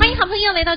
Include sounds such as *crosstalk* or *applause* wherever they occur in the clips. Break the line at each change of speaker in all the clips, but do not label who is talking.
欢迎好朋友来到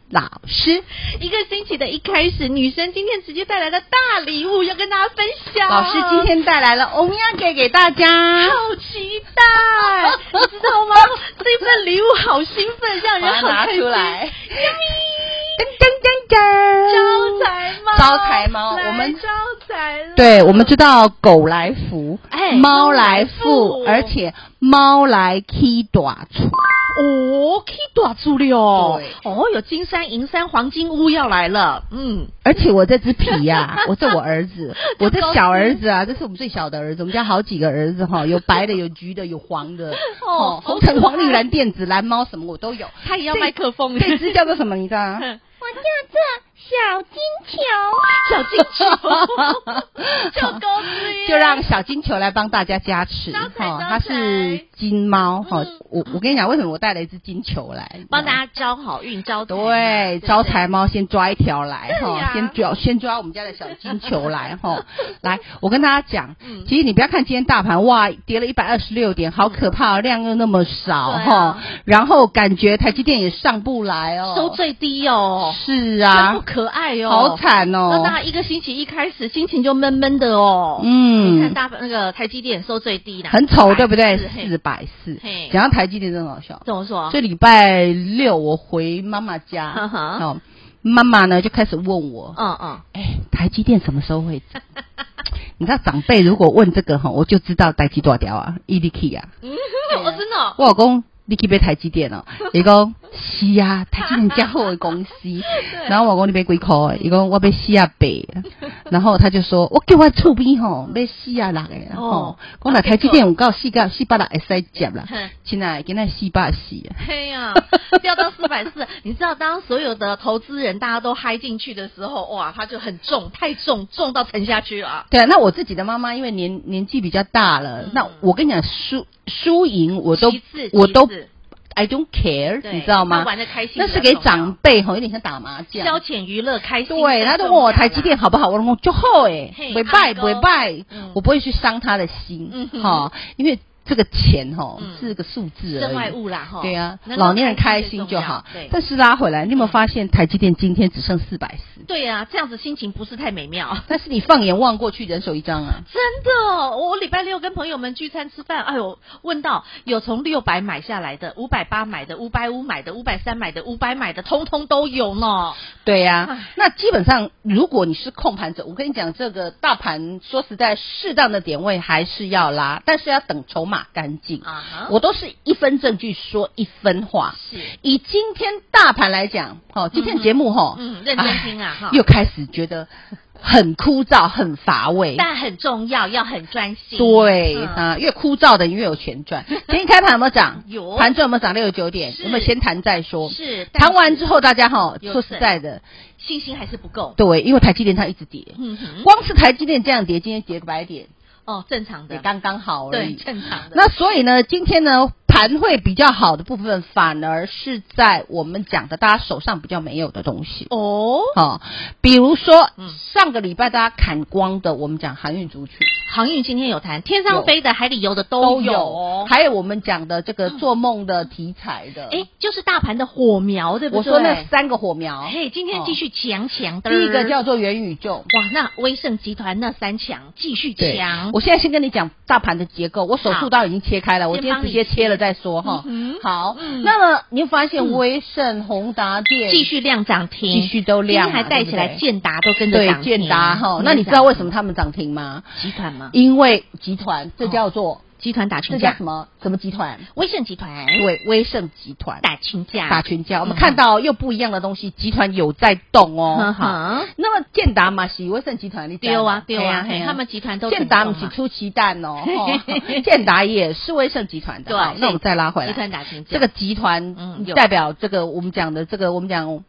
老师，
一个星期的一开始，女神今天直接带来了大礼物要跟大家分享。
老师今天带来了欧米亚给给大家，
好期待，你知道吗？这份礼物好兴奋，让人好开
*laughs*
心。
来，
咪
噔噔噔
招财猫，
招财猫
来
我们
招财了。
对，我们知道狗来福，
哎猫
猫来
来富
富，而且猫来 k 短处。
哦，可以短住了哦
对。
哦，有金山、银山、黄金屋要来了。嗯，
而且我这只皮呀、
*laughs*
我这我儿子，我这小儿子啊，这是我们最小的儿子，我们家好几个儿子哈，有白的，有橘的，有黄的，
哦
红橙黄绿蓝靛紫蓝猫什么我都有。
他也要麦克风。
这只叫做什么？啊你知道吗？
我叫做小金球， *laughs* 小金
*laughs*
球，叫高子耶
就让小金球来帮大家加持
招
哈，
财招
它
财
是金猫哈
嗯。
我我跟你讲，为什么我带了一只金球来？
*laughs* 帮大
家。
家招好运、招财嘛
对，招。财猫先抓一条来
对呀
哈，先抓先抓我们家的小金球来
*laughs*
哈。来，我跟大家讲
嗯，
其实你不要看今天大盘哇跌了一百二十六点，好可怕，量又那么少
对啊
哈，然后感觉台积电也上不来
对不
哦，
对收最低哦，
是
真不
啊，
可爱哦，
好惨
那大
哦
家，一个星期一开始心情就闷闷的哦。你看
嗯，
大那个台积电收最低啦，
很丑对不对？
是
四百四
嘿，
讲到台积电真好笑，
怎么说？
这礼拜六我回妈妈家，
呵呵
哦，妈妈呢就开始问我，
嗯
*laughs*
嗯， *laughs*
哎，台积电什么时候会涨？ *laughs* 你知道长辈如果问这个哈，我就知道台积多少条啊，EDK 啊。
嗯，我真的哦
*laughs* 我老公你去买台积电哦，伊讲是啊，台积电加好的公司。
*laughs*
然后我老公你买几块？伊讲我买四啊八。然后他就说，我叫我厝边吼买四啊六个啦
哦
吼。讲来台积电有够四个四百六会使接啦
*laughs* 哼，
亲爱的，今仔四百四
*laughs*
啊。
嘿哎呀，掉到四百四，你知道，当所有的投资人大家都嗨进去的时候，哇，它就很重，太重，重到沉下去了。
对啊，那我自己的妈妈因为年年纪比较大了，
嗯
那我跟你讲输输赢我都
其次
我都
其次
I don't care，
对
你知道
他
吗？
玩的开心比较
那
重要，
是给长辈吼，有点像打麻
消
将。
遣娱乐开心。
对，他都问我台积电。好不好，我说就好哎
嘿，
不拜
阿公
不拜
嗯，
我不会去伤他的心
嗯哼
哈，因为这个钱哈
嗯
是个数字
身
而
外
已。
物啦，哈。
对啊，
能够
老年人开心
最
就
重要
好
对。嗯
但是拉回来，你有没有发现台积电今天只剩四百四？
对啊，这样子心情不是太美妙。
但是你放眼望过去，人手一张啊。
真的哦，我礼拜六跟朋友们聚餐吃饭，哎呦，问到有从六百买下来的，五百八买的，五百五买的，五百三买的，五百买的，通通都有呢。
对呀、
唉
那基本上如果你是控盘者，我跟你讲，这个大盘说实在，适当的点位还是要拉，但是要等筹码干净。
啊哈，
我都是一分证据说一分话。
是，
以今天大盘来讲，哦，今天节目哈、
嗯，认真听啊，
唉
哈。
又开始觉得很枯燥、很乏味。
但很重要，要很专心。
对
嗯？
啊，越枯燥的你越有钱赚。今天开盘有没有涨
有
盘中有没有涨六十九点？
是
有没有先谈再说？
是
谈完之
后，
后，大家哈，
有
说实在的，
信心还是不够。
对，因为台积电它一直跌，
嗯哼，
光是台积电这样跌，今天跌个百点
哦，正常
也
的，
刚刚好而
对，
已。
正常的。
那所以呢，今天呢盘会比较好的部分，反而是在我们讲的大家手上比较没有的东西。
哦，
哦，比如说、
嗯
上个礼拜大家砍光的，我们讲航运族群
航运今天有谈，天上
有
飞的、海里游的
都
都有哦。
还有我们讲的这个做梦的题材的。
哎，就是大盘的火苗，对不
我
对？哦
说那三个火苗，
嘿，今天继续强强的。
第一个叫做元宇宙，
哇，那威盛集团那三强继续
对
强。
我现在先跟你讲大盘的结构，我手
好
术刀已经切开了，我今天直接切了再说哈
嗯哼。
好
嗯，
那么你会发现威盛、宏达电
继续亮涨停，
继续都亮
今天还
嘛
带起来
对不对
建达都跟着涨停，
对建达哈
嗯，
那你知道为什么他们涨停吗？
集团吗？
因为集团这叫做
集团打
这
群
叫
架
什，么？什么集团？
威盛集团
对，威盛集团
打群架，
打群架。我
嗯
们看到又不一样的东西，集团有在动哦。
嗯哼，
那么建达嘛是威盛集团，你知道
丢
吗
啊丢啊，
嘿
嘿
嘿
他们集团都
建达
成功
不是
嘛
出奇
*laughs*
蛋哦，哦建达也是威盛集团的。
对
好那我们再拉回
集
来，
团打群架，
这个集团
嗯有
代表这个我们讲的这个我们讲。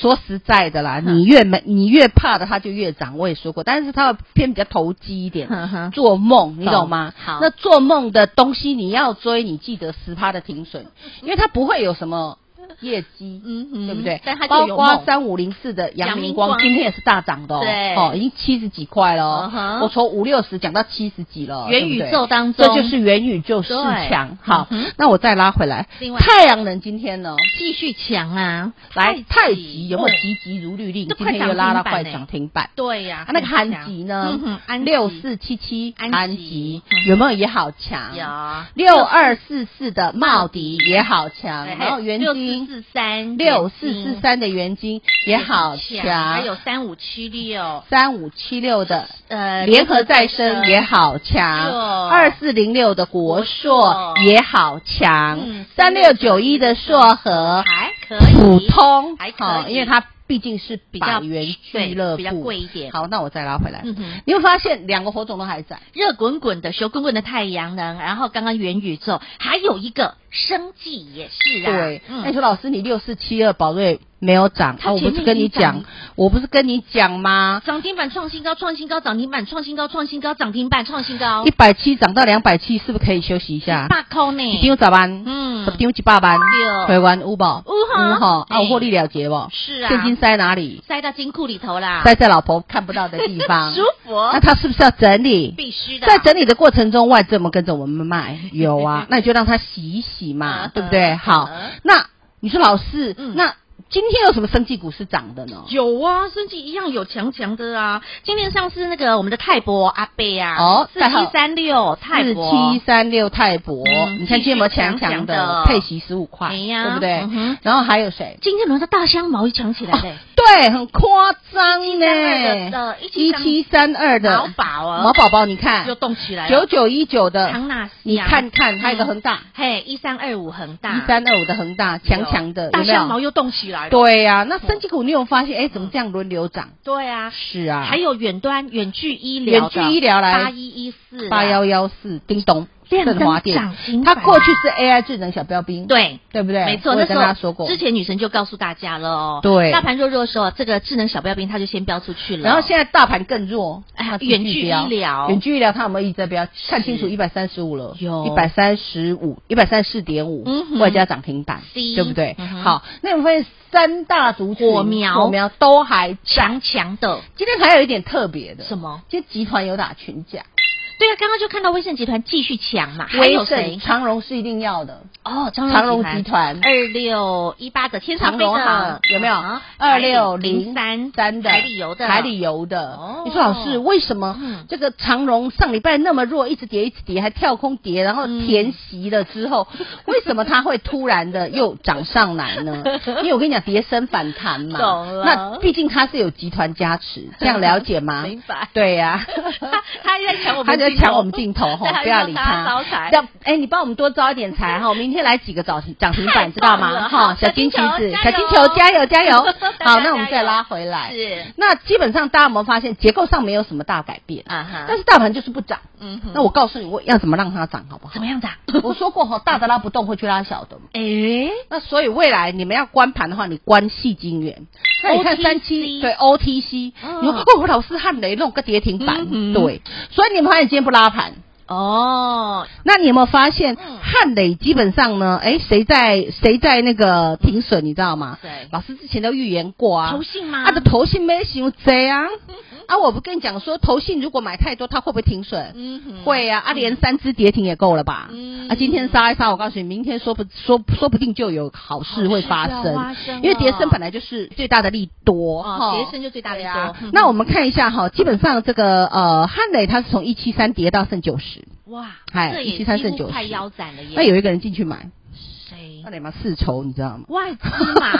说实在的啦，
嗯
你越没你越怕的，它就越涨。我也说过，但是它偏比较投机一点，
哼哼
做梦，你
懂
懂吗？
嗯好
那做梦的东西你要追，你记得十趴的停损，因为它不会有什么业绩，
嗯哼
对不对？
但它
包
就有
括
梦，
三五零四的阳
阳
明
明
光，
光
今天也是大涨的哦，
对
哦，已经七十几块了
嗯
哦
哼，
我从五六十讲到七十几了，
元宇
对不对
宙当中
这就是元宇宙市场
对。
好
嗯哼，
那我再拉回来
另，外
太阳能今天呢？
继续强啊，
来，太极有没有
哦
急急如律令？
都
今
快
天又拉到
涨停板
快
嘞
涨停板。
对呀
啊，那个
很
韩
强
吉呢
嗯哼安？吉
六四七七
安
安
吉
吉
嗯
有没有也好强？
有
六二四四的茂迪也好强，
哎
然后元
六
金
四四三
六四四三的元金也好
还有
强，
三五七六，
三五七六的
呃，
呃联合再生也好强，
哟
二四零六的国硕
国硕
也好强
嗯，
三六九一的硕和
还可以，
普通
还，可
好，
以
因为它毕竟是
比
百
较
元
对
俱乐部，
比较贵一点
好，那我再拉回来，
嗯哼
你会发现两个火种都还在。
热滚滚的、熊滚滚的太阳能，然后刚刚元宇宙，还有一个生计也是啊，
对，那你
嗯，
说老师，你六四七二宝瑞没有涨
它
啊？我不
前
是
面
跟
已
你
经涨
讲，我不是跟你讲吗？
涨停板创新高，创新高，涨停板创新高，创新高，涨停板创新高
一，百七涨到两百七，是不是可以休息一下？
八扣呢，
一张十万，
嗯
十张一百万
对，哦
台湾有宝，
有哈
哈，啊，
哎
我获利了结不？
是啊啊
现金塞哪里？
塞到金库里头啦，
塞在老婆看不到的地
*laughs*
方，
舒服，
那他是不是要整理？
必须哦的，
在整理的过程中，外资有没有跟着我们卖？有
*laughs*
啊，那你就让他洗一洗嘛，
嗯
对不对？
嗯
好
嗯，
那你说老师，
嗯
那今天有什么生技股是涨的呢？
有啊，生计一样有强强的啊。今天上市那个我们的泰博阿贝啊，
哦
四
代号
七三六泰
四
博
七，三六泰博，
嗯
你看今天有没有
继
强
续
强
强强
的
的
配息十五块，
哎呀
对不对
嗯哼？
然后还有谁？
今天轮到大香毛一抢起 *laughs*
啊
来哎嘞，
对，很夸张
1732
呢
的，哦
一七三二的
毛宝啊
毛宝宝，你看
又动起来
九
了。
九一九的
唐纳西啊
你看看，还有一个
嗯
恒大
嘿，一三二五恒大，
一三二五的恒大，强强的，有
大
没
香毛
有？
又动起来了。
对呀，那生技股你有发现，哎，怎么这样轮流涨？
对啊，
是啊，
还有远端远距医疗的，
远距医疗来
八一一四啊
八幺幺四，叮咚，
亮灯
振华电
涨停，
它
板
过去是 AI 智能小标兵，
对。
对不对？
没错，
我
那
也
时
跟
候
大家说过，
之前女神就告诉大家了哦。
对
大盘弱弱的时候，这个智能小标兵它就先标出去了。
然后现在大盘更弱，啊
哎
它继续
远距
飙
医疗
远距医疗它有没有一直在标？看清楚，一百三十五了，
有
一百三十五，一百三十四点五
嗯，哼
外加涨停板，
C，
对不对
嗯？哼
好，那我们发现三大族群
火苗
火苗都还
强
涨。
强的
今天还有一点特别的，
什么？
就集团有打群架，
对啊，刚刚就看到威盛集团继续强嘛，还
威
有谁
盛、？长荣是一定要的，
哦，
长
长
荣
荣
集团
二六一八的天上
长
飞
荣行
的
有没有？二六零
三
啊三的
海里游的
海里游的
哦。
你说老师，为什么
嗯
这个长荣上礼拜那么弱，一直跌一直跌，还跳空跌，然后
嗯
填息了
*laughs*
之后，为什么它会突然的又涨上来
*laughs*
呢？因为我跟你讲，跌升反弹嘛。
懂了
那毕竟它是有集团加持，这样了解吗？
*laughs* 明白？
对呀、
他 *laughs* 他还在抢我们，
*laughs* 他在抢我们镜头
*laughs* 对
哈，
还
不要
让
理
大家
他
招财。
要哎，你帮我们多招一点财
*laughs*
哈，明天来几个涨涨停啊板，知道
太棒
吗？
了
哈，
小
小
金
金旗
球
子，
加
小
油
金球，加油加油！
*laughs* 大家
好，那我们
加油
再拉回来。
是
那基本上大家有没有发现结构上没有什么大改变？
啊哈
但，是大盘就是不涨。
嗯哼
那我告诉你，我要怎么让它涨，好不好
怎？么样子啊？
*laughs* 我说过哈，大的拉不动，会去拉小的嘛。
哎，
那所以未来你们要关盘的话，你关细金元。那你看
OTC
三七对 OTC，、
嗯
你说哦，老师汉雷弄个跌停板，
嗯哼
对，所以你们发现今天不拉盘。
哦，
那你有没有发现
嗯
汉磊基本上呢？哎，谁在谁在那个停损，你知道吗？
对
老师之前都预言过啊，
投信吗嗯
他的投信没行贼啊，啊，我不跟你讲说，投信如果买太多，它会不会停损？
嗯哼，
会啊，啊，连三只跌停也够了吧？
嗯
啊，今天杀一杀，我告诉你，明天说不说说不定就有好事会发
好
生，
事要哦发生哦
因为跌升本来就是最大的利多，
哦
哈，
跌升就最大利
对啊
多。嗯
那我们看一下哈，基本上这个呃汉磊它是从一七三跌到剩九十。
哇，
哎
这也
173
几乎
剩90
快腰斩了耶。
那有一个人进去买，
谁
那？你妈世仇，你知道吗？
外资 *laughs* 嘛，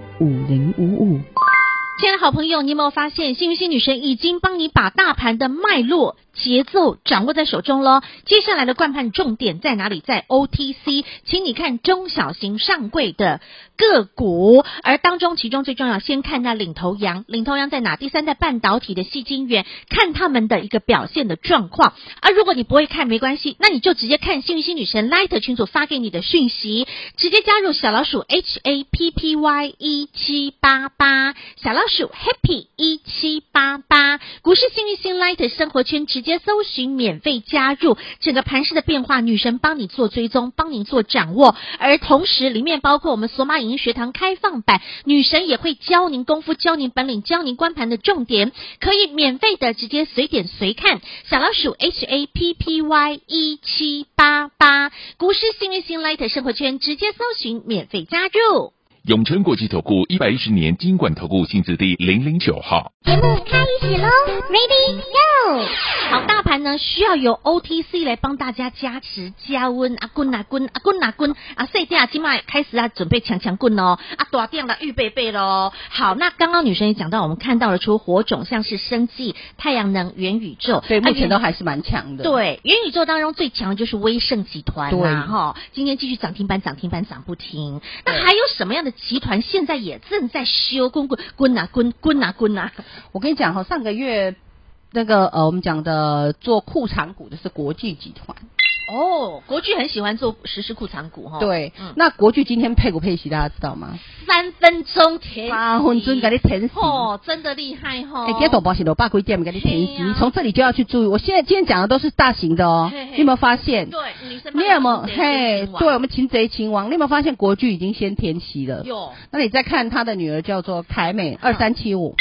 五零五五。
亲爱的好朋友，你有没有发现幸运星女神已经帮你把大盘的脉络、节奏掌握在手中喽？接下来的灌盘重点在哪里？在 OTC，请你看中小型上柜的个股，而当中其中最重要，先看那领头羊，领头羊在哪？第三代半导体的细晶圆，看他们的一个表现的状况。而如果你不会看没关系，那你就直接看幸运星女神 Light 群组发给你的讯息，直接加入小老鼠 H A P P Y 一七八八，小老鼠 Happy 一七八八，股市幸运星 Light 生活圈直接搜寻免费加入，整个盘势的变化，女神帮你做追踪，帮你做掌握，而同时里面包括我们索马影音学堂开放版，女神也会教您功夫，教您本领，教您观盘的重点，可以免费的直接随点随看，小老鼠 H A P P Y 一七八八，股市幸运星 Light 生活圈直接搜寻免费加入。
永诚国际投顾一百一十年金管投顾新字第零零九号。
节目开始喽，Ready Go！好，大盘呢需要由 OTC 来帮大家加持加温啊，滚啊滚啊滚啊滚啊，所以大家今麦开始啊，准备强强棍哦啊，大电了预备备喽。好，那刚刚女生也讲到，我们看到了出火种像是生技、太阳能、元宇宙，
对，
啊
目前都
元
还是蛮强的。，
对元宇宙当中最强的就是威盛集团
对
啦、哈，今天继续涨停板涨停板涨不停。那还有什么样的集团现在也正在修滚滚滚啊滚滚啊滚啊？
我跟你讲哈，上个月那个呃，我们讲的做库藏股的是国际集团，
哦，国巨很喜欢做实施裤长股哈。
对
嗯，
那国巨今天配股配息，大家知道吗？
三分钟填息
八分钟给你填息。
哦，真的厉害哈。
哎，今天董保险的八规店给你填息，
对呀
你从这里就要去注意。我现在今天讲的都是大型的
啊
哦
嘿嘿，
你有没有发现？
对女生在
你
慢
有
慢
没
地
有嘿？
亲王
对，我们擒贼擒王，你有没有发现国剧已经先填席了？
有嗯
那你再看他的女儿叫做凯美，二三七五，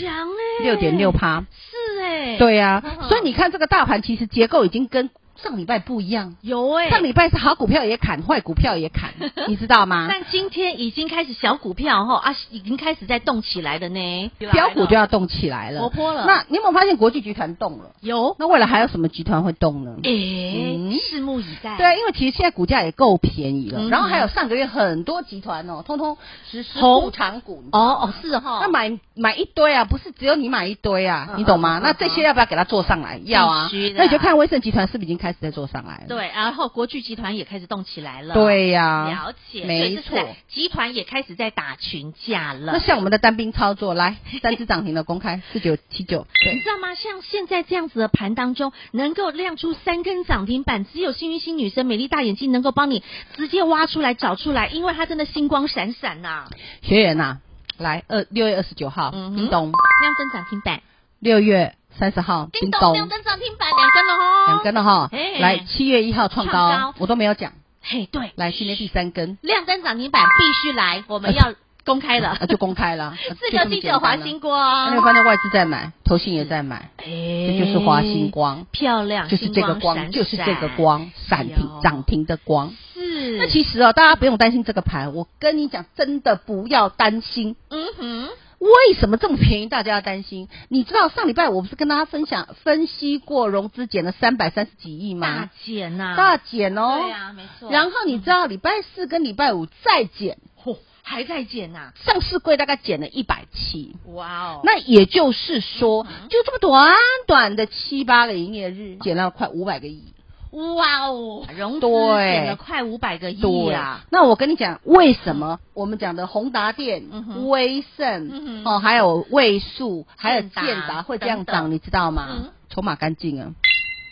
强哎，
六点六趴。
是哎，
对呀、
嗯
所以你看这个大盘其实结构已经跟上礼拜不一样。
有哎，
上礼拜是好股票也砍，坏股票
*laughs*
也砍，你知道吗？
但今天已经开始小股票哈啊，已经开始在动起来了呢，
标股就要动起来啊了，
活泼了
那你有没有发现国际集团动了？
有
那未来还有什么集团会动呢？
哎，
嗯
拭目以待。
对，因为其实现在股价也够便宜了，
嗯
然后还有上个月很多集团哦，通通实施
红
护长股，你知道
哦哦
吗
是哈，
那买买一堆啊，不是只有你买一堆啊，你懂吗？
嗯嗯
那这些要不要给它做上来？要啊
必须，的
那你就看威盛集团是不是已经开始在做上来了？
对，然后国巨集团也开始动起来了。。
对呀，
了解，
没
所以这是在
错
集团也开始在打群架
那
了。
像我们的单兵操
*laughs*
作，来三只涨停的公开四九七九，
你
对，
知道吗？像现在这样子的盘当中，能够亮出三根涨停板，只有幸运星女神美丽大眼睛能够帮你直接挖出来找出来，因为她真的星光闪闪呐、
学员呐，来二六月二十九号
嗯哼
叮咚，
亮灯涨停板，
六月三十号
叮
叮
咚，
咚
亮，灯涨停板两根了哦，
两根了哈
嘿，
来七月一号创
创
高
高，
我都没有讲，
嘿，对，
来今天第三根
亮灯涨停板必须来，我们要公开了
啊，就公开了，
*laughs*
啊
四
就这
个
么
金
简
九
单
华
了
星
那
光哎
你，会发现外资在买，投信也在买，
这
这就是华星，光。
漂亮，
就是这个光，
星闪闪
就是这个，光，闪停
有
涨停的光。
是，
那其实哦，大家不用担心这个盘，我跟你讲，真的不要担心。
嗯哼，
为什么这么便宜？大家要担心？你知道上礼拜我不是跟大家分享分析过融资减了三百三十几亿
大
吗？
姐呐，
大减哦。
对啊，没错，
然后你知道礼拜四跟礼拜五再减，
嚯还在减呐，
上市柜大概减了一百七。
哇哦，
那也就是说，
嗯
就这么短短的七八个营业日，减了快五百个亿。
哇哦，融资
对
减了快五百个亿
对
啊，
哎那我跟你讲，为什么我们讲的宏达电
嗯、哼
威
嗯哼
盛哦，还有位数，还有
建达
建达会这样
等等
涨，你知道吗
嗯？
筹码干净啊，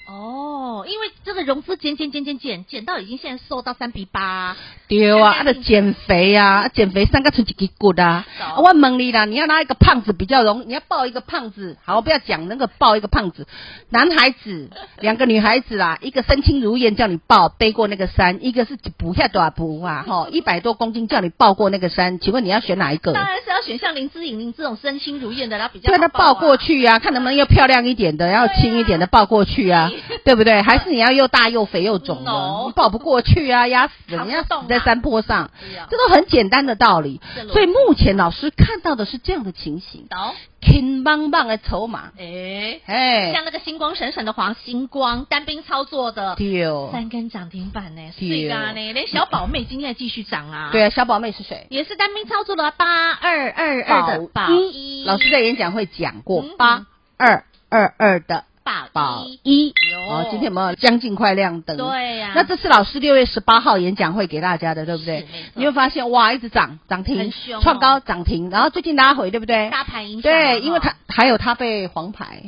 哦，因为这个融资减减减减减减到已经现在收到三比八，
对啊，
干
啊，
干
得
净
减肥
嗯
啊，啊减肥三个存几个骨啊。
懂
啊我问你啦，你要拿一个胖子比较容易，你要抱一个胖子，好，不要讲那个抱一个胖子，男
*laughs*
孩子两个女孩子啦，一个身轻如燕叫你抱背过那个山，一个是补下多少补啊，哈，
嗯
一百多公斤叫你抱过那个山，请问你要选哪一个？
当然是要选像林志颖、林这种身轻如燕的，然后比较
嗯对，那
抱
抱
啊
过
去。
去啊，看能不能又漂亮一点的，要轻一点的抱过去啊，对不对？还是你要又大又肥又肿的，
No
你抱不过去
*laughs*
啊，压死
扛
了，
不
你要死
动啊
在山坡上
是啊，
这都很简单的道理
这逻辑。
所以目前老师看到的是这样的情形，
懂，
轻邦邦的筹码，
哎，
哎，
像那个星光闪闪的黄星光单兵操作的
丢，
三根涨停板呢，碎
对
咖呢，连小宝妹今天还继续涨啊，
*laughs* 对，啊，小宝妹是谁？
也是单兵操作的八二二二的宝一，
老师在演讲会讲过
嗯
八二二二的
宝
宝
一，
一
有，
哦，今天有没有将近快亮灯？
对啊呀，
那这是老师六月十八号演讲会给大家的，对不
是
对
没错？
你会发现哇，一直涨涨
很
停
凶哦，
创高涨停，然后最近拉回，对不对？
大盘影响了哈，
对，因为它还有它被黄牌，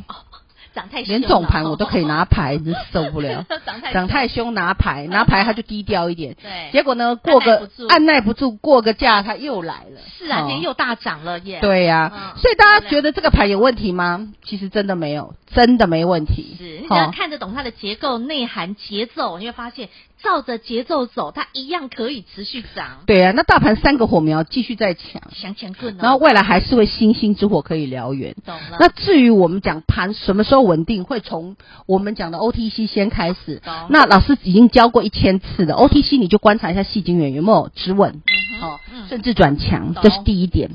涨太凶了。
连总盘我都可以，拿牌，真是受不了
*laughs* 涨太啊
涨太凶拿牌，拿牌它就低调一点。
对
结果呢，
按耐
过
不
个
住
按耐不住，过个价它又来了。
是啊，
哦
今天又大涨了耶，，
对呀
嗯，
所以大家觉得这个牌有问题吗？其实真的没有，真的没问题。哦
是，你只要
好，
看得懂它的结构、内涵、节奏，你会发现照着节奏走，它一样可以持续涨，
对呀，那大盘三个火苗继续在抢。
想钱棍哦，
然后未来还是会星星之火可以燎原。
懂了，
那至于我们讲盘什么时候稳定，会从我们讲的 OTC 先开始
懂。
那老师已经教过一千次的 OTC，你就观察一下细晶元有没有止稳，
嗯哼
哦
嗯，
甚至转强，
懂
这是第一点。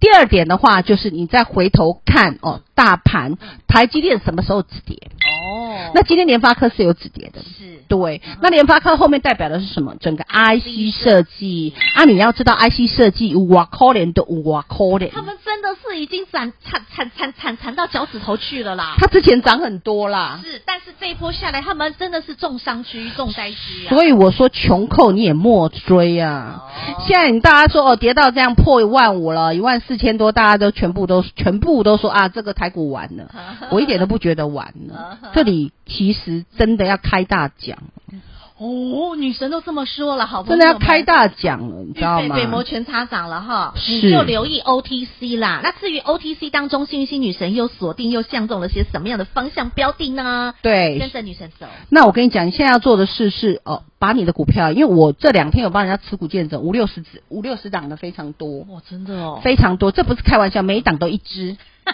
第二点的话，就是你再回头看哦，
嗯
大盘台积电什么时候止跌？
哦，
那今天联发科是有止跌的。
是嗯
对，那联发科后面代表的是什么？整个 IC 设计啊，你要知道 IC 设计哇可怜的哇可怜，
他们真的是已经惨惨惨惨惨惨到脚趾头去了啦。
它之前涨很多啦，
是，但是这一波下来，他们真的是重伤区、重灾区啊。哦
所以我说穷寇你也莫追啊。现在你大家说哦，跌到这样破一万五了，一万四千多，大家都全部都全部都说啊，这个台股
*laughs*
完了。
哦
*laughs*
嗯
我一点都不觉得完了，这里其实真的要开大奖。
哦，女神都这么说了，好朋
真
友
的要
们
开大奖了，你知道
哦预
吗
备？被摩拳擦掌了哈，
是
你就留意 OTC 啦。那至于 OTC 当中，幸运星女神又锁定又相中了些什么样的方向标的呢？跟
对，
着女神走，
那我跟你讲，你现在要做的事是哦，把你的股票，因为我这两天有帮人家持股见证，五六十只，五六十档的非常多，
哇，真的哦，
非常多，这不是开玩笑，每一档都一只， *laughs*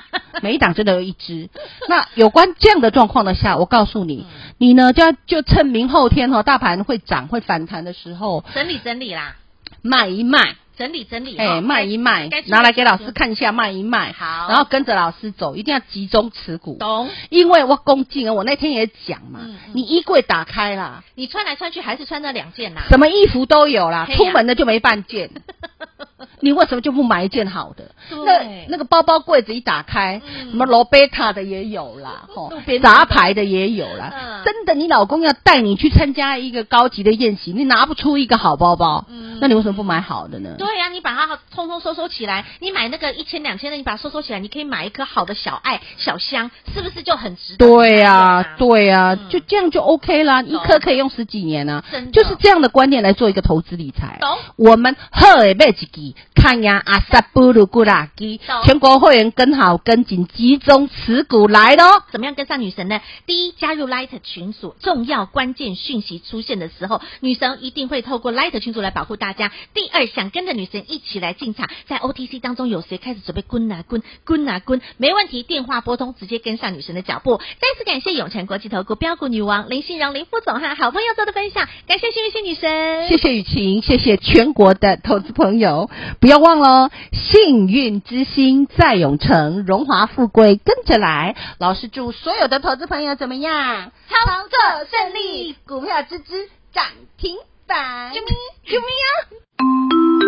每一档真的有一只。那有关这样的状况的下，我告诉你，
嗯
你呢就要就趁明后天哦，大盘会涨会反弹的时候
整理整理啦，
卖一卖，
整理整理，
哎、
哈
卖一卖
该该，出
拿来给
该
老
出
师看一下，卖一卖，
好
然后跟着老师走，一定要集中持股。
懂？
因为我恭敬啊，我那天也讲嘛，
嗯嗯
你衣柜打开啦，
你穿来穿去还是穿那两件呐？
什么衣服都有啦，
嘿呀
出门的就没半件。你为什么就不买一件好的？那
对
那个包包柜子一打开，
嗯
什么罗贝塔的也有啦，吼
路边摊的
杂牌的也有啦
嗯。
真的，你老公要带你去参加一个高级的宴席，你拿不出一个好包包
嗯，
那你为什么不买好的呢？
*laughs* 对呀、你把它通通收收起来，你买那个一千两千的，你把它收收起来，你可以买一颗好的小爱小香，是不是就很值得？
对呀、
呀，
对呀、
嗯
就这样就 OK 啦，一
懂
颗可以用十几年啊
真的，
就是这样的观念来做一个投资理财
懂。
我们好诶买一支，看呀阿萨布鲁古拉基
懂，
全国会员跟好跟紧，集中持股来咯。
怎么样跟上女神呢？第一，加入 Light 群组，重要关键讯息出现的时候，女神一定会透过 Light 群组来保护大家。第二，想跟着女神一起来进场，在 OTC 当中有谁开始准备滚啊滚，滚啊滚，没问题，电话拨通，直接跟上女神的脚步。再次感谢永诚国际投顾标股女王林信荣林副总和好朋友做的分享，感谢幸运星女神，
谢谢雨晴，谢谢全国的投资朋友，不要忘了哦，幸运之星在永城，荣华富贵跟着来。老师祝所有的投资朋友怎么样？
操作顺利，
股票吱吱涨停板，
啾咪啾咪呀、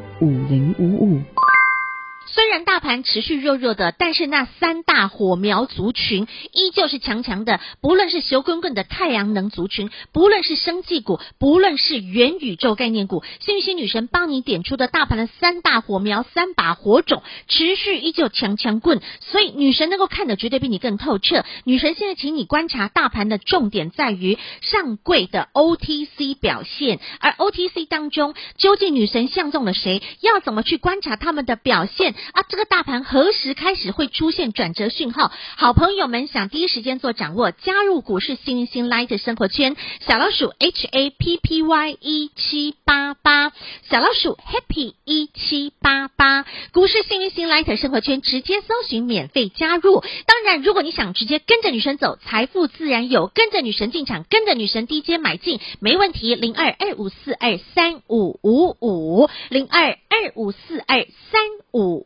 五零五五。
虽然大盘持续弱弱的，但是那三大火苗族群依旧是强强的。不论是熊棍棍的太阳能族群，不论是生技股，不论是元宇宙概念股，幸运星女神帮你点出的大盘的三大火苗、三把火种，持续依旧强强棍。所以女神能够看的绝对比你更透彻。女神现在请你观察大盘的重点在于上柜的 OTC 表现，而 OTC 当中究竟女神相中了谁？要怎么去观察他们的表现啊？这个大盘何时开始会出现转折讯号？好朋友们想第一时间做掌握，加入股市幸运星 Light 生活圈，小老鼠 H A P P Y 一七八八，小老鼠 Happy 一七八八，股市幸运星 Light 生活圈直接搜寻免费加入。当然，如果你想直接跟着女神走，财富自然有，跟着女神进场，跟着女神低阶买进，没问题。零二二五四二三五五五，零二二五四二三五